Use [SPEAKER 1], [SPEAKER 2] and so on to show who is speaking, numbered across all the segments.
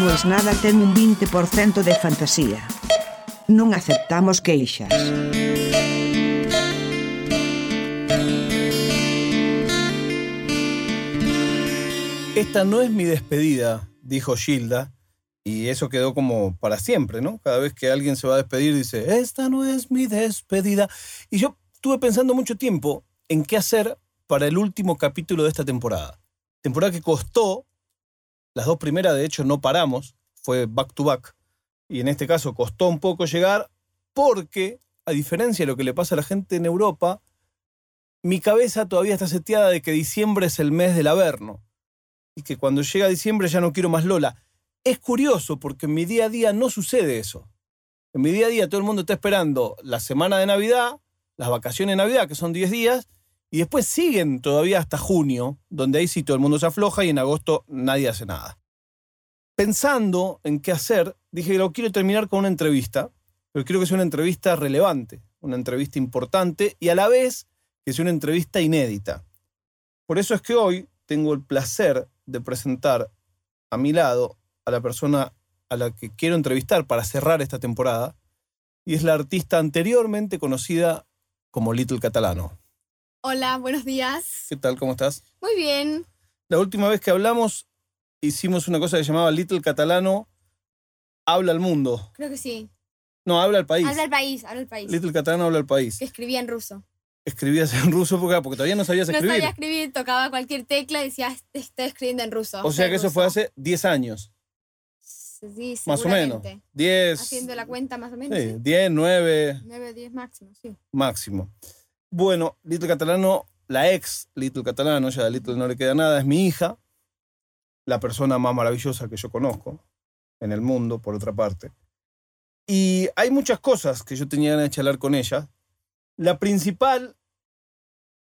[SPEAKER 1] máis nada ten un 20% de fantasía. Non aceptamos queixas.
[SPEAKER 2] Esta no es mi despedida, dijo Gilda, y eso quedó como para siempre, ¿no? Cada vez que alguien se va a despedir dice, esta no es mi despedida. Y yo estuve pensando mucho tiempo en qué hacer para el último capítulo de esta temporada. Temporada que costó, las dos primeras de hecho no paramos, fue back to back, y en este caso costó un poco llegar porque, a diferencia de lo que le pasa a la gente en Europa, mi cabeza todavía está seteada de que diciembre es el mes del averno, y que cuando llega diciembre ya no quiero más Lola. Es curioso porque en mi día a día no sucede eso. En mi día a día todo el mundo está esperando la semana de Navidad, las vacaciones de Navidad, que son 10 días, y después siguen todavía hasta junio, donde ahí sí todo el mundo se afloja y en agosto nadie hace nada. Pensando en qué hacer, dije, lo quiero terminar con una entrevista, pero quiero que sea una entrevista relevante, una entrevista importante y a la vez que sea una entrevista inédita. Por eso es que hoy tengo el placer de presentar a mi lado a la persona a la que quiero entrevistar para cerrar esta temporada, y es la artista anteriormente conocida como Little Catalano.
[SPEAKER 3] Hola, buenos días.
[SPEAKER 2] ¿Qué tal? ¿Cómo estás?
[SPEAKER 3] Muy bien.
[SPEAKER 2] La última vez que hablamos hicimos una cosa que llamaba Little Catalano Habla al Mundo.
[SPEAKER 3] Creo que sí.
[SPEAKER 2] No, habla al país.
[SPEAKER 3] Habla el país, habla el país.
[SPEAKER 2] Little Catalano habla al país.
[SPEAKER 3] Que escribía en ruso.
[SPEAKER 2] Escribías en ruso porque, ah, porque todavía no sabías
[SPEAKER 3] No
[SPEAKER 2] escribir.
[SPEAKER 3] sabía escribir, tocaba cualquier tecla y decía, "Ah, estoy escribiendo en ruso.
[SPEAKER 2] o sea
[SPEAKER 3] en
[SPEAKER 2] que eso
[SPEAKER 3] ruso".
[SPEAKER 2] fue hace 10 años,
[SPEAKER 3] Sí,
[SPEAKER 2] más o menos.
[SPEAKER 3] seguramente.
[SPEAKER 2] 10,
[SPEAKER 3] Haciendo la cuenta más o menos.
[SPEAKER 2] sí,
[SPEAKER 3] Sí.
[SPEAKER 2] 10, 9,
[SPEAKER 3] 9, 10 máximo, sí.
[SPEAKER 2] máximo. Bueno, Little Catalano, la ex Little Catalano, ya de Little no le queda nada, es mi hija, la persona más maravillosa que yo conozco en el mundo, por otra parte. Y hay muchas cosas que yo tenía ganas de charlar con ella. La principal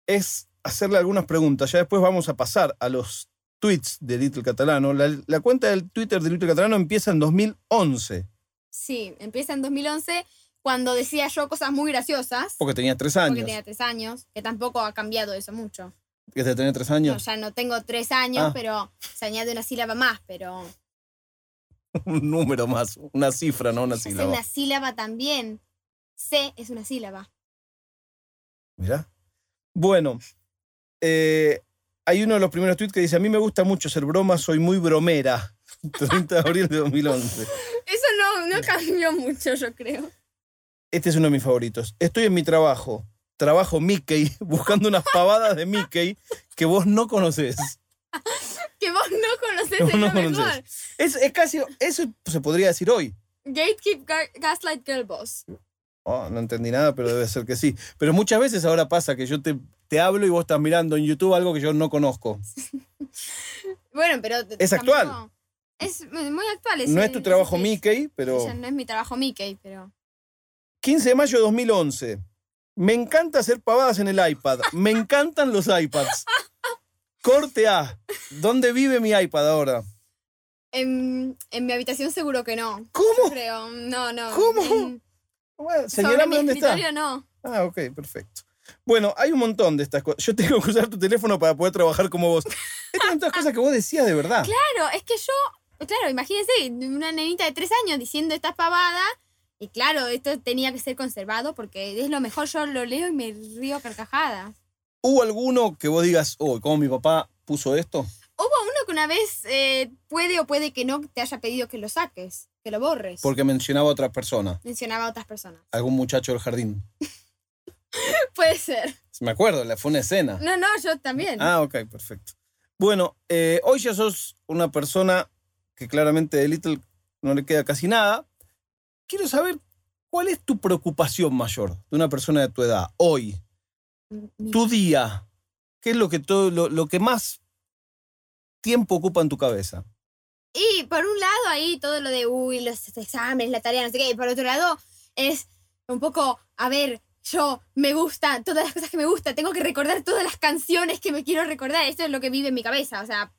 [SPEAKER 2] es hacerle algunas preguntas. Ya después vamos a pasar a los tweets de Little Catalano. La, la cuenta del Twitter de Little Catalano empieza en 2011,
[SPEAKER 3] Sí, empieza en 2011 cuando decía yo cosas muy graciosas.
[SPEAKER 2] porque tenía tres
[SPEAKER 3] Porque
[SPEAKER 2] años.
[SPEAKER 3] tenía tres años, que tampoco ha cambiado eso mucho.
[SPEAKER 2] Que tenía tres
[SPEAKER 3] Yo
[SPEAKER 2] años.
[SPEAKER 3] ya no tengo tres años,
[SPEAKER 2] Ah.
[SPEAKER 3] pero se añade una sílaba más, pero
[SPEAKER 2] un número más, una cifra, no una
[SPEAKER 3] ya sé
[SPEAKER 2] sílaba.
[SPEAKER 3] una sílaba también. C es una sílaba.
[SPEAKER 2] Mirá. Bueno, eh, hay uno de los primeros tweets que dice: A mí me gusta mucho hacer bromas, soy muy bromera. 30 de abril de 2011.
[SPEAKER 3] Eso no, no cambió mucho, yo creo.
[SPEAKER 2] Este es uno de mis favoritos. Estoy en mi trabajo, trabajo Mickey, buscando unas pavadas de Mickey que vos no conocés.
[SPEAKER 3] Que vos no conocés
[SPEAKER 2] Que vos
[SPEAKER 3] es
[SPEAKER 2] no
[SPEAKER 3] lo mejor.
[SPEAKER 2] Es, es casi, eso se podría decir hoy.
[SPEAKER 3] Gatekeep Gar- Gaslight Girl Boss.
[SPEAKER 2] Oh, no entendí nada, pero debe ser que sí. Pero muchas veces ahora pasa que yo te, te hablo y vos estás mirando en YouTube algo que yo no conozco.
[SPEAKER 3] Bueno, pero.
[SPEAKER 2] Es actual.
[SPEAKER 3] Es muy actual.
[SPEAKER 2] No es tu trabajo
[SPEAKER 3] es-
[SPEAKER 2] Mickey, pero...
[SPEAKER 3] ya no es mi trabajo Mickey, pero.
[SPEAKER 2] 15 de mayo de 2011. Me encanta hacer pavadas en el iPad. Me encantan los iPads. Corte A. ¿Dónde vive mi iPad ahora?
[SPEAKER 3] En, en mi habitación seguro que no.
[SPEAKER 2] ¿Cómo?
[SPEAKER 3] Creo, no, no.
[SPEAKER 2] Uh. ¿Cómo?
[SPEAKER 3] En-
[SPEAKER 2] Bueno,
[SPEAKER 3] sobre mi
[SPEAKER 2] señalame dónde está.
[SPEAKER 3] escritorio no.
[SPEAKER 2] Ah, ok, perfecto. Bueno, hay un montón de estas cosas. Yo tengo que usar tu teléfono para poder trabajar como vos. Estas son todas cosas que vos decías de verdad.
[SPEAKER 3] Claro, es que yo, claro, imagínense, una nenita de tres años diciendo estas pavadas. Y claro, esto tenía que ser conservado porque es lo mejor. Yo lo leo y me río a carcajadas.
[SPEAKER 2] ¿Hubo alguno que vos digas, oh, cómo mi papá puso esto?
[SPEAKER 3] Hubo uno que una vez eh, puede o puede que no te haya pedido que lo saques, que lo borres.
[SPEAKER 2] Porque mencionaba a otra persona,
[SPEAKER 3] Mencionaba a otras personas.
[SPEAKER 2] algún muchacho del jardín.
[SPEAKER 3] Puede ser.
[SPEAKER 2] Me acuerdo, la- fue una escena.
[SPEAKER 3] No, no, yo también.
[SPEAKER 2] Ah, ok, perfecto. Bueno, eh, hoy ya sos una persona que claramente de Little no le queda casi nada. Quiero saber cuál es tu preocupación mayor de una persona de tu edad, hoy,
[SPEAKER 3] Mm, Mi-
[SPEAKER 2] tu día. ¿Qué es lo que, todo, lo, lo que más tiempo ocupa en tu cabeza?
[SPEAKER 3] Y por un lado ahí todo lo de, uy, los exámenes, la tarea, no sé qué. Y por otro lado es un poco, a ver, yo me gusta, todas las cosas que me gusta, tengo que recordar todas las canciones que me quiero recordar. Esto es lo que vive en mi cabeza. O sea,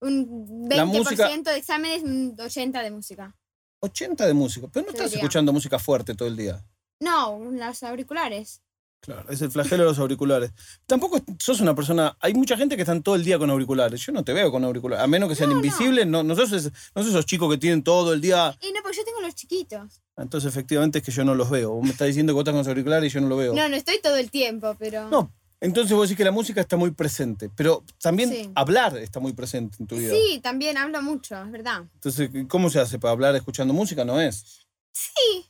[SPEAKER 3] un
[SPEAKER 2] La
[SPEAKER 3] 20%
[SPEAKER 2] música-
[SPEAKER 3] de exámenes, un 80% de música.
[SPEAKER 2] 80 de música, pero no
[SPEAKER 3] Yo
[SPEAKER 2] estás
[SPEAKER 3] diría.
[SPEAKER 2] escuchando música fuerte todo el día.
[SPEAKER 3] No, los auriculares.
[SPEAKER 2] Claro, es el flagelo de los auriculares. Tampoco sos una persona. Hay mucha gente que están todo el día con auriculares. Yo no te veo con auriculares. A menos que sean invisibles, no, no, sos, ese- no sos esos chicos que tienen todo el día.
[SPEAKER 3] Y no, porque yo tengo los chiquitos.
[SPEAKER 2] Entonces, efectivamente, es que yo no los veo. Vos me estás diciendo que vos estás con los auriculares y yo no lo veo.
[SPEAKER 3] No, no estoy todo el tiempo, pero.
[SPEAKER 2] No. Entonces, vos decís que la música está muy presente. Pero también
[SPEAKER 3] Sí.
[SPEAKER 2] hablar está muy presente en tu vida.
[SPEAKER 3] Sí, también hablo mucho, es verdad.
[SPEAKER 2] Entonces, ¿cómo se hace para hablar escuchando música? No es.
[SPEAKER 3] Sí,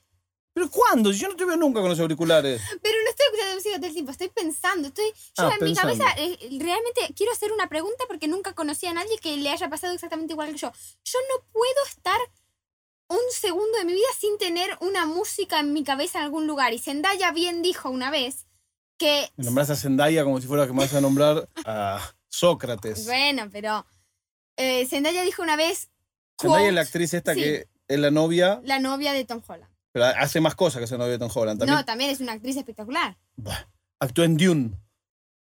[SPEAKER 2] ¿Pero cuándo? Si Yo no te veo nunca con los auriculares.
[SPEAKER 3] pero no estoy escuchando música todo el tiempo, estoy pensando. Estoy, yo
[SPEAKER 2] Ah,
[SPEAKER 3] en mi
[SPEAKER 2] pensando.
[SPEAKER 3] cabeza eh, realmente quiero hacer una pregunta porque nunca conocí a nadie que le haya pasado exactamente igual que yo. Yo no puedo estar un segundo de mi vida sin tener una música en mi cabeza en algún lugar. Y Zendaya bien dijo una vez que
[SPEAKER 2] Me nombrás a Zendaya como si fuera que me vas a nombrar a Sócrates.
[SPEAKER 3] Bueno, pero eh, Zendaya dijo una vez
[SPEAKER 2] Zendaya
[SPEAKER 3] quote,
[SPEAKER 2] es la actriz esta
[SPEAKER 3] Sí.
[SPEAKER 2] que es la novia,
[SPEAKER 3] la novia de Tom Holland.
[SPEAKER 2] pero hace más cosas que ser novia de Tom Holland. También
[SPEAKER 3] No, también es una actriz espectacular.
[SPEAKER 2] Bah, actúa en Dune.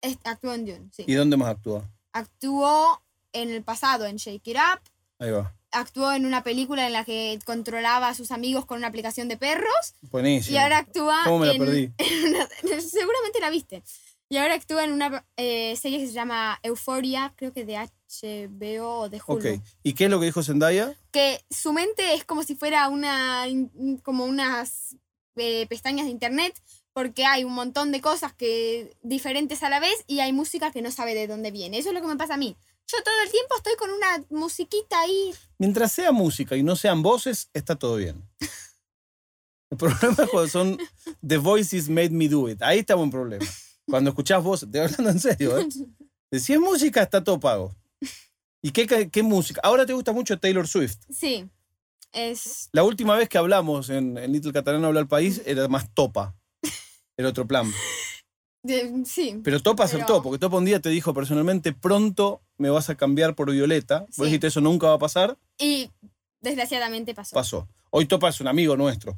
[SPEAKER 3] Es- actuó en Dune, sí.
[SPEAKER 2] ¿Y dónde más actúa?
[SPEAKER 3] Actuó en el pasado en Shake It Up.
[SPEAKER 2] Ahí va.
[SPEAKER 3] Actuó en una película en la que controlaba a sus amigos con una aplicación de perros.
[SPEAKER 2] Buenísimo.
[SPEAKER 3] Y ahora actúa.
[SPEAKER 2] ¿Cómo me la
[SPEAKER 3] en-
[SPEAKER 2] perdí?
[SPEAKER 3] en una- seguramente la viste. Y ahora actúa en una eh, serie que se llama Euphoria, creo que de HBO o de Hulu.
[SPEAKER 2] Ok. ¿Y qué es lo que dijo Zendaya?
[SPEAKER 3] que su mente es como si fuera una in- como unas eh, pestañas de internet porque hay un montón de cosas que diferentes a la vez y hay música que no sabe de dónde viene eso es lo que me pasa a mí yo todo el tiempo estoy con una musiquita ahí
[SPEAKER 2] Mientras sea música y no sean voces, está todo bien. El problema es cuando son The Voices Made Me Do It. Ahí está un problema. Cuando escuchás voces, te hablando en serio, ¿eh? De Si es música, está todo pago. ¿Y qué, qué, qué música? Ahora te gusta mucho Taylor Swift.
[SPEAKER 3] sí es
[SPEAKER 2] La última vez que hablamos en, en Little Catalana Habla al País era más topa. Era otro plan.
[SPEAKER 3] de- sí
[SPEAKER 2] Pero Topa
[SPEAKER 3] Pero-
[SPEAKER 2] acertó, porque Topa un día te dijo personalmente, pronto me vas a cambiar por Violeta. Vos
[SPEAKER 3] Sí.
[SPEAKER 2] dijiste, eso nunca va a pasar,
[SPEAKER 3] y desgraciadamente pasó
[SPEAKER 2] pasó. Hoy Topa es un amigo nuestro,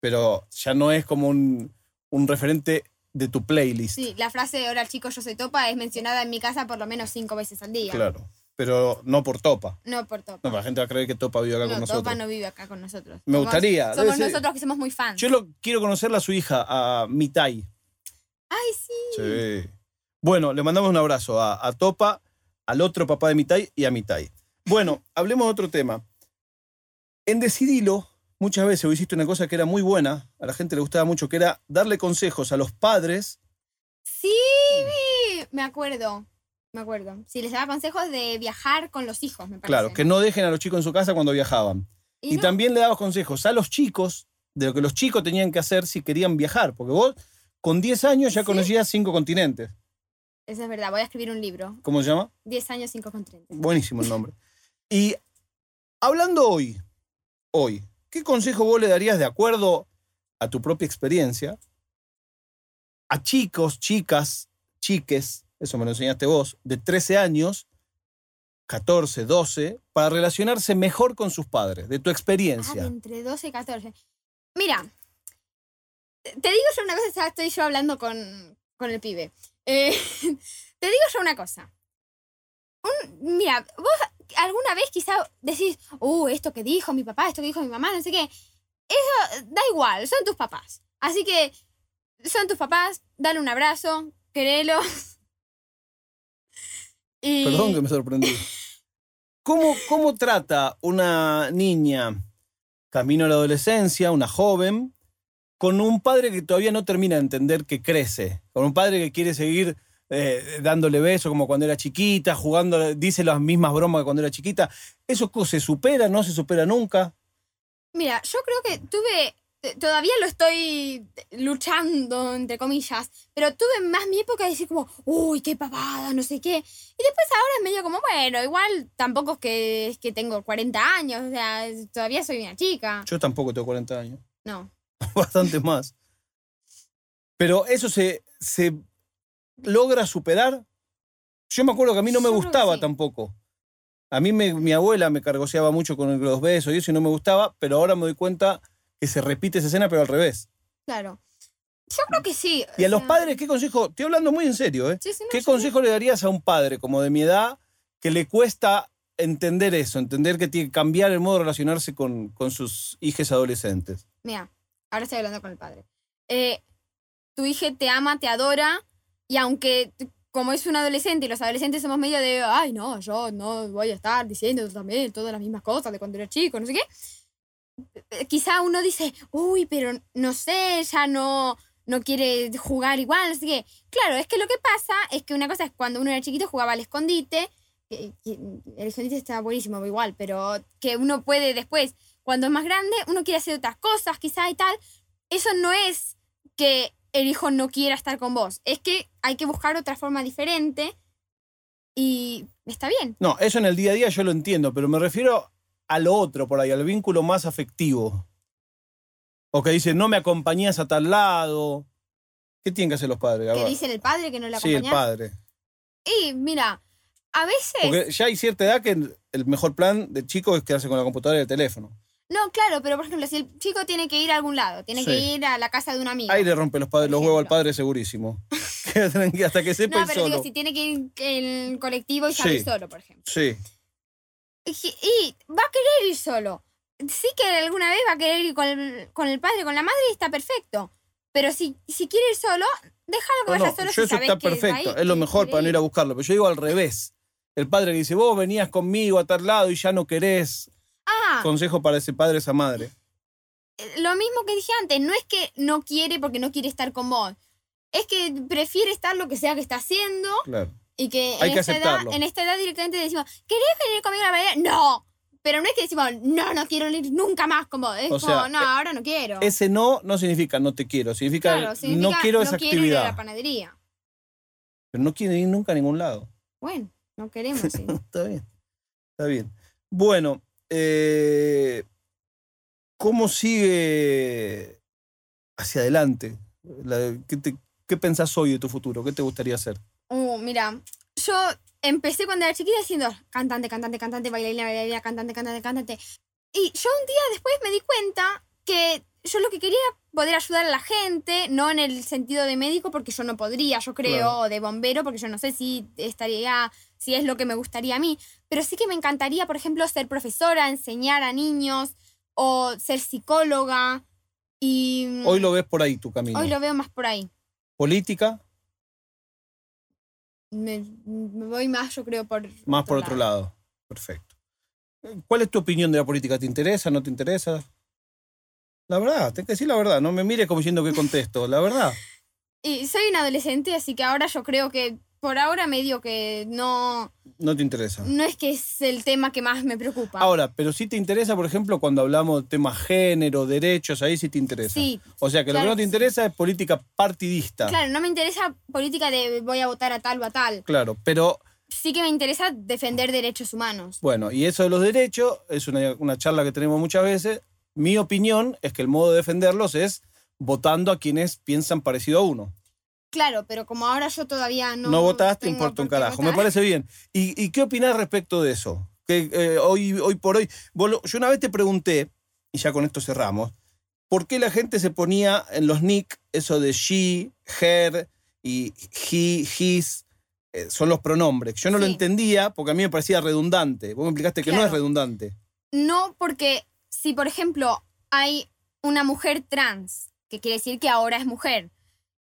[SPEAKER 2] pero ya no es como un, un referente de tu playlist.
[SPEAKER 3] sí la frase de ahora chicos yo soy topa es mencionada en mi casa por lo menos cinco veces al día
[SPEAKER 2] Claro, pero no por Topa.
[SPEAKER 3] no por topa
[SPEAKER 2] No, la gente va a creer que Topa vive acá con
[SPEAKER 3] no,
[SPEAKER 2] nosotros.
[SPEAKER 3] Topa no vive acá con nosotros.
[SPEAKER 2] Me
[SPEAKER 3] Somos-
[SPEAKER 2] gustaría, debe
[SPEAKER 3] Somos
[SPEAKER 2] ser-
[SPEAKER 3] nosotros que somos muy fans.
[SPEAKER 2] Yo lo quiero conocerla a su hija, a Mitai.
[SPEAKER 3] Ay, sí.
[SPEAKER 2] Sí. Bueno, le mandamos un abrazo a, a Topa, al otro papá de Mitai y a Mitai. Bueno, hablemos de otro tema. En Decidilo, muchas veces vos hiciste una cosa que era muy buena, a la gente le gustaba mucho, que era darle consejos a los padres.
[SPEAKER 3] Sí, me acuerdo. Me acuerdo. Sí, les daba consejos de viajar con los hijos, me parece.
[SPEAKER 2] Claro, que no dejen a los chicos en su casa cuando viajaban. Y,
[SPEAKER 3] no,
[SPEAKER 2] también le dabas consejos a los chicos de lo que los chicos tenían que hacer si querían viajar, porque vos con 10 años ya
[SPEAKER 3] Sí.
[SPEAKER 2] conocías cinco continentes.
[SPEAKER 3] Eso es verdad, voy a escribir un libro.
[SPEAKER 2] ¿Cómo se llama?
[SPEAKER 3] 10 años, 5 con 30.
[SPEAKER 2] Buenísimo el nombre. Y hablando hoy, hoy, ¿qué consejo vos le darías de acuerdo a tu propia experiencia a chicos, chicas, chiques, eso me lo enseñaste vos, de 13 años, 14, 12, para relacionarse mejor con sus padres, de tu
[SPEAKER 3] Ah, de
[SPEAKER 2] experiencia?
[SPEAKER 3] entre 12 y 14. Mira, te te digo yo una cosa, ya estoy yo hablando con, con el pibe. Eh, te digo yo una cosa. Un- mira, vos alguna vez quizá decís, uh, esto que dijo mi papá, esto que dijo mi mamá, no sé qué. Eso eh, da igual, son tus papás. Así que son tus papás, dale un abrazo, querelo. Y-
[SPEAKER 2] Perdón que me sorprendí. ¿Cómo, ¿Cómo trata una niña camino a la adolescencia, una joven, con un padre que todavía no termina de entender que crece? Con un padre que quiere seguir eh, dándole besos como cuando era chiquita, jugando, dice las mismas bromas que cuando era chiquita. ¿Eso co- se supera? ¿No se supera nunca?
[SPEAKER 3] Mira, yo creo que tuve, eh, todavía lo estoy luchando, entre comillas, pero tuve más mi época de decir como, uy, qué papada, no sé qué. Y después ahora es medio como, bueno, igual tampoco es que, es que tengo 40 años, o sea, es- todavía soy una chica.
[SPEAKER 2] Yo tampoco tengo 40 años,
[SPEAKER 3] No.
[SPEAKER 2] bastante más. Pero eso se, se logra superar. Yo me acuerdo que a mí no me
[SPEAKER 3] Yo creo que
[SPEAKER 2] gustaba
[SPEAKER 3] sí.
[SPEAKER 2] tampoco. A mí me- mi abuela me cargoseaba mucho con los besos y eso y no me gustaba, pero ahora me doy cuenta que se repite esa escena, pero al revés.
[SPEAKER 3] Claro. Yo creo que sí.
[SPEAKER 2] Mm. Y
[SPEAKER 3] o
[SPEAKER 2] a los
[SPEAKER 3] sea,
[SPEAKER 2] padres, ¿qué consejo? Estoy hablando muy en serio, ¿eh?
[SPEAKER 3] sí, sí, no,
[SPEAKER 2] ¿Qué
[SPEAKER 3] yo-
[SPEAKER 2] consejo le darías a un padre como de mi edad que le cuesta entender eso, entender que tiene que cambiar el modo de relacionarse con, con sus hijos adolescentes?
[SPEAKER 3] Mira, ahora estoy hablando con el padre. Eh, tu hija te ama, te adora, y aunque t- como es un adolescente y los adolescentes somos medio de, ay, no, yo no voy a estar diciendo también todas las mismas cosas de cuando era chico, no sé qué, eh, quizá uno dice, uy, pero no sé, ya no, no quiere jugar igual, no sé qué. Claro, es que lo que pasa es que una cosa es cuando uno era chiquito jugaba al escondite, que- que el escondite está buenísimo igual, pero que uno puede después, cuando es más grande, uno quiere hacer otras cosas quizá y tal. Eso no es que el hijo no quiera estar con vos, es que hay que buscar otra forma diferente y está bien.
[SPEAKER 2] No, eso en el día a día yo lo entiendo, pero me refiero a lo otro por ahí, al vínculo más afectivo. O que dice, no me acompañas a tal lado. ¿Qué tienen que hacer los padres? A
[SPEAKER 3] Que
[SPEAKER 2] ver.
[SPEAKER 3] dicen el padre que no la
[SPEAKER 2] sí, el
[SPEAKER 3] acompaña.
[SPEAKER 2] padre.
[SPEAKER 3] Y mira, a veces...
[SPEAKER 2] Porque ya hay cierta edad que el mejor plan de chico es quedarse con la computadora y el teléfono.
[SPEAKER 3] No, claro, pero por ejemplo, si el chico tiene que ir a algún lado, tiene
[SPEAKER 2] Sí.
[SPEAKER 3] que ir a la casa de un amigo.
[SPEAKER 2] Ahí le rompe los, padres,
[SPEAKER 3] Por
[SPEAKER 2] los huevos al
[SPEAKER 3] ejemplo.
[SPEAKER 2] padre segurísimo. Que tranqui- Hasta que sepa
[SPEAKER 3] no,
[SPEAKER 2] el
[SPEAKER 3] pero
[SPEAKER 2] solo.
[SPEAKER 3] digo, si tiene que ir en colectivo y salir
[SPEAKER 2] Sí.
[SPEAKER 3] solo, por ejemplo.
[SPEAKER 2] Sí.
[SPEAKER 3] Y, y va a querer ir solo. Sí que alguna vez va a querer ir con el, con el padre, con la madre, y está perfecto. Pero si, si quiere ir solo, déjalo
[SPEAKER 2] No,
[SPEAKER 3] que vaya
[SPEAKER 2] no,
[SPEAKER 3] solo
[SPEAKER 2] yo
[SPEAKER 3] si
[SPEAKER 2] eso
[SPEAKER 3] sabes
[SPEAKER 2] está
[SPEAKER 3] que va
[SPEAKER 2] perfecto.
[SPEAKER 3] ahí,
[SPEAKER 2] Es lo
[SPEAKER 3] que
[SPEAKER 2] mejor
[SPEAKER 3] quiere
[SPEAKER 2] para no ir a buscarlo. Pero yo digo al revés. El padre que dice, vos venías conmigo a tal lado y ya no querés.
[SPEAKER 3] Ah,
[SPEAKER 2] Consejo para ese padre, esa madre.
[SPEAKER 3] eh, lo mismo que dije antes, no es que no quiere porque no quiere estar con vos. Es que prefiere estar lo que sea que está haciendo
[SPEAKER 2] Claro.
[SPEAKER 3] Y que,
[SPEAKER 2] Hay
[SPEAKER 3] en,
[SPEAKER 2] que
[SPEAKER 3] esta edad,
[SPEAKER 2] aceptarlo.
[SPEAKER 3] en esta edad directamente decimos, ¿querés venir conmigo a la panadería? ¡No! Pero no es que decimos, no, no quiero ir nunca más como Es
[SPEAKER 2] O
[SPEAKER 3] como,
[SPEAKER 2] sea,
[SPEAKER 3] no,
[SPEAKER 2] eh,
[SPEAKER 3] ahora no quiero.
[SPEAKER 2] Ese no no significa no te quiero, significa,
[SPEAKER 3] claro, significa,
[SPEAKER 2] no quiero esa
[SPEAKER 3] ir a
[SPEAKER 2] actividad.
[SPEAKER 3] la panadería.
[SPEAKER 2] Pero no quiere ir nunca a ningún lado.
[SPEAKER 3] Bueno, no queremos ir.
[SPEAKER 2] Está bien. Está bien. Bueno, eh, ¿cómo sigue hacia adelante? La- ¿qué, te- qué pensás hoy de tu futuro? ¿Qué te gustaría hacer?
[SPEAKER 3] Uh, mira, yo empecé cuando era chiquita diciendo cantante, cantante, cantante, bailarina, bailarina, cantante, cantante, cantante. Y yo un día después me di cuenta que yo lo que quería era poder ayudar a la gente, no en el sentido de médico, porque yo no podría, yo creo,
[SPEAKER 2] Claro.
[SPEAKER 3] o de bombero, porque yo no sé si estaría, si es lo que me gustaría a mí. Pero sí que me encantaría, por ejemplo, ser profesora, enseñar a niños, o ser psicóloga. Y mm,
[SPEAKER 2] Hoy lo ves por ahí tu camino.
[SPEAKER 3] hoy lo veo más por ahí.
[SPEAKER 2] Política,
[SPEAKER 3] Me, me voy más, yo creo, por.
[SPEAKER 2] más por otro lado. Perfecto. ¿Cuál es tu opinión de la política? ¿Te interesa? ¿No te interesa? La verdad, tenés que decir la verdad. No me mires como diciendo que contesto. La verdad.
[SPEAKER 3] Y soy una adolescente, así que ahora yo creo que por ahora medio que no,
[SPEAKER 2] No te interesa.
[SPEAKER 3] no es que es el tema que más me preocupa.
[SPEAKER 2] Ahora, pero sí te interesa, por ejemplo, cuando hablamos de temas género, derechos, ahí sí te interesa.
[SPEAKER 3] sí,
[SPEAKER 2] O sea, que lo
[SPEAKER 3] Claro
[SPEAKER 2] que no te
[SPEAKER 3] que sí.
[SPEAKER 2] interesa es política partidista.
[SPEAKER 3] claro, no me interesa política de voy a votar a tal o a tal.
[SPEAKER 2] Claro, pero
[SPEAKER 3] Sí que me interesa defender derechos humanos.
[SPEAKER 2] bueno, y eso de los derechos es una, una charla que tenemos muchas veces. Mi opinión es que el modo de defenderlos es votando a quienes piensan parecido a uno.
[SPEAKER 3] Claro, pero como ahora yo todavía no.
[SPEAKER 2] No, votaste,
[SPEAKER 3] tengo
[SPEAKER 2] importa un
[SPEAKER 3] por qué
[SPEAKER 2] carajo. Me
[SPEAKER 3] votar.
[SPEAKER 2] parece bien. ¿Y, y qué opinás respecto de eso? Que eh, hoy, hoy por hoy. vos lo- yo una vez te pregunté, y ya con esto cerramos, ¿por qué la gente se ponía en los nick eso de she, her y he, his? eh, son los pronombres. Yo no lo
[SPEAKER 3] Sí.
[SPEAKER 2] entendía porque a mí me parecía redundante. Vos me explicaste que no
[SPEAKER 3] Claro.
[SPEAKER 2] es redundante.
[SPEAKER 3] No, porque si, por ejemplo, hay una mujer trans, que quiere decir que ahora es mujer,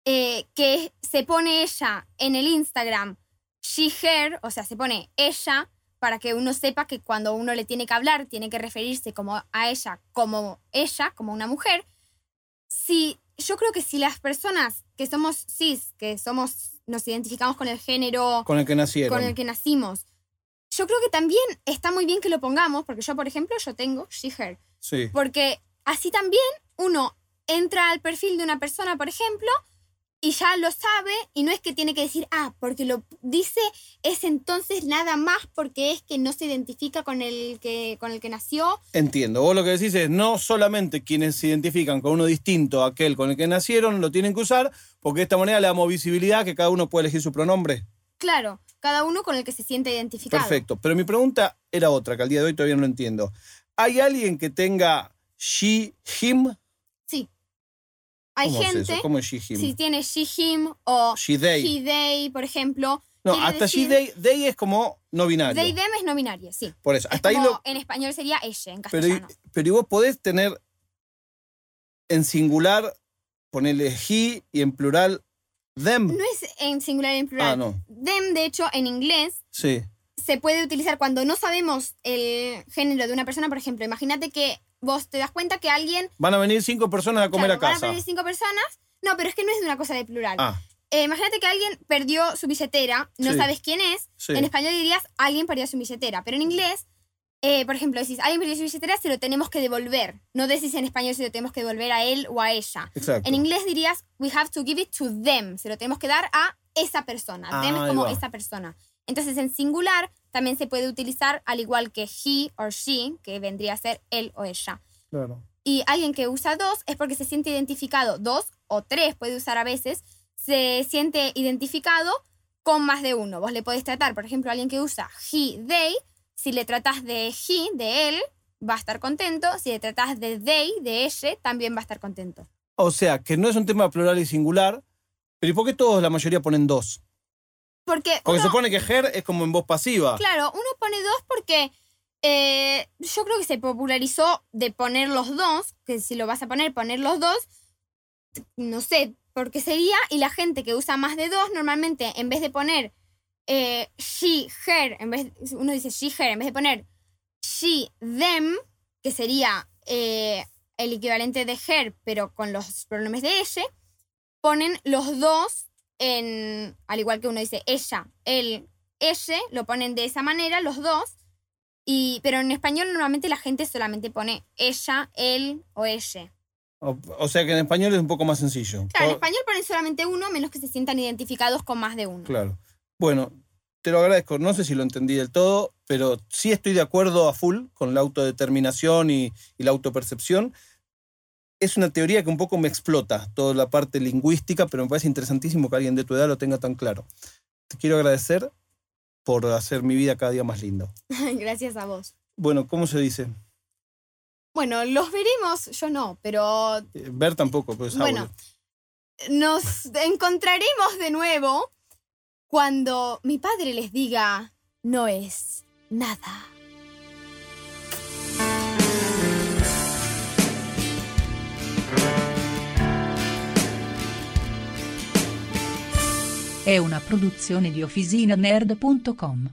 [SPEAKER 3] eh, que se pone ella en el Instagram, she, her, o sea, se pone ella, para que uno sepa que cuando uno le tiene que hablar, tiene que referirse como a ella, como ella, como una mujer. Si, yo creo que si las personas que somos cis, que somos, nos identificamos con el género
[SPEAKER 2] Con el que nacieron.
[SPEAKER 3] con el que nacimos. Yo creo que también está muy bien que lo pongamos, porque yo, por ejemplo, yo tengo she, her,
[SPEAKER 2] Sí.
[SPEAKER 3] porque así también uno entra al perfil de una persona, por ejemplo, y ya lo sabe, y no es que tiene que decir, ah, porque lo dice, es entonces nada más porque es que no se identifica con el que, con el que nació.
[SPEAKER 2] Entiendo. Vos lo que decís es no solamente quienes se identifican con uno distinto a aquel con el que nacieron lo tienen que usar, porque de esta manera le damos visibilidad que cada uno puede elegir su pronombre.
[SPEAKER 3] Claro, cada uno con el que se siente identificado.
[SPEAKER 2] Perfecto. Pero mi pregunta era otra, que al día de hoy todavía no lo entiendo. ¿Hay alguien que tenga she, him?
[SPEAKER 3] Sí. Hay
[SPEAKER 2] ¿Cómo es
[SPEAKER 3] gente,
[SPEAKER 2] eso? ¿Cómo es she, him?
[SPEAKER 3] si tiene she, him o
[SPEAKER 2] she, they.
[SPEAKER 3] he, they, por ejemplo.
[SPEAKER 2] no,
[SPEAKER 3] quiere
[SPEAKER 2] hasta she,
[SPEAKER 3] decir-
[SPEAKER 2] they. They es como no binario.
[SPEAKER 3] They, them es no binaria, sí.
[SPEAKER 2] Por eso.
[SPEAKER 3] Es
[SPEAKER 2] Hasta ahí
[SPEAKER 3] como
[SPEAKER 2] lo.
[SPEAKER 3] En español sería ella, en
[SPEAKER 2] Pero, y-
[SPEAKER 3] castellano.
[SPEAKER 2] pero y vos podés tener en singular ponerle he y en plural them.
[SPEAKER 3] No es en singular y en plural.
[SPEAKER 2] Ah, no.
[SPEAKER 3] Them, de hecho, en inglés
[SPEAKER 2] Sí,
[SPEAKER 3] se puede utilizar cuando no sabemos el género de una persona. Por ejemplo, imagínate que vos te das cuenta que alguien.
[SPEAKER 2] van a venir cinco personas a comer
[SPEAKER 3] claro,
[SPEAKER 2] a
[SPEAKER 3] Van a
[SPEAKER 2] casa.
[SPEAKER 3] perder cinco personas. No, pero es que no es de una cosa de plural.
[SPEAKER 2] Ah,
[SPEAKER 3] Eh, imagínate que alguien perdió su billetera, no
[SPEAKER 2] Sí.
[SPEAKER 3] sabes quién es.
[SPEAKER 2] sí.
[SPEAKER 3] En español dirías alguien perdió su billetera, pero en inglés, eh, por ejemplo, decís alguien perdió su billetera, se lo tenemos que devolver. No decís en español se lo tenemos que devolver a él o a ella.
[SPEAKER 2] Exacto.
[SPEAKER 3] En inglés dirías we have to give it to them, se lo tenemos que dar a esa persona. them
[SPEAKER 2] Ah, Ahí
[SPEAKER 3] es como
[SPEAKER 2] va.
[SPEAKER 3] esa persona. Entonces en singular también se puede utilizar al igual que he or she, que vendría a ser él o ella.
[SPEAKER 2] Claro.
[SPEAKER 3] Y alguien que usa dos es porque se siente identificado. Dos o tres puede usar a veces. Se siente identificado con más de uno. Vos le podés tratar, por ejemplo, a alguien que usa he, they. Si le tratás de he, de él, va a estar contento. Si le tratás de they, de ella, también va a estar contento.
[SPEAKER 2] O sea, que no es un tema plural y singular, pero ¿y por qué todos, la mayoría, ponen dos?
[SPEAKER 3] Porque,
[SPEAKER 2] Porque
[SPEAKER 3] uno-
[SPEAKER 2] se supone que her es como en voz pasiva.
[SPEAKER 3] claro, uno pone dos porque eh, yo creo que se popularizó de poner los dos, que si lo vas a poner, poner los dos, no sé por qué sería, y la gente que usa más de dos, normalmente en vez de poner eh, she, her, en vez, uno dice she, her, en vez de poner she, them, que sería eh, el equivalente de her, pero con los pronombres de ella, ponen los dos en, al igual que uno dice ella, él, ella, lo ponen de esa manera, los dos, y, pero en español normalmente la gente solamente pone ella, él o ella.
[SPEAKER 2] O, o sea que en español es un poco más sencillo.
[SPEAKER 3] Claro,
[SPEAKER 2] Todo-
[SPEAKER 3] en español ponen solamente uno, menos que se sientan identificados con más de uno.
[SPEAKER 2] Claro. Bueno, te lo agradezco. No sé si lo entendí del todo, pero sí estoy de acuerdo a full con la autodeterminación y, y la autopercepción. Es una teoría que un poco me explota toda la parte lingüística, pero me parece interesantísimo que alguien de tu edad lo tenga tan claro. Te quiero agradecer por hacer mi vida cada día más lindo.
[SPEAKER 3] Gracias a vos.
[SPEAKER 2] Bueno, ¿cómo se dice?
[SPEAKER 3] Bueno, los veremos, yo no, pero
[SPEAKER 2] Eh, Ver tampoco, pues
[SPEAKER 3] Bueno, nos encontraremos de nuevo cuando mi padre les diga no es nada.
[SPEAKER 4] È una produzione di OfficinaNerd.com.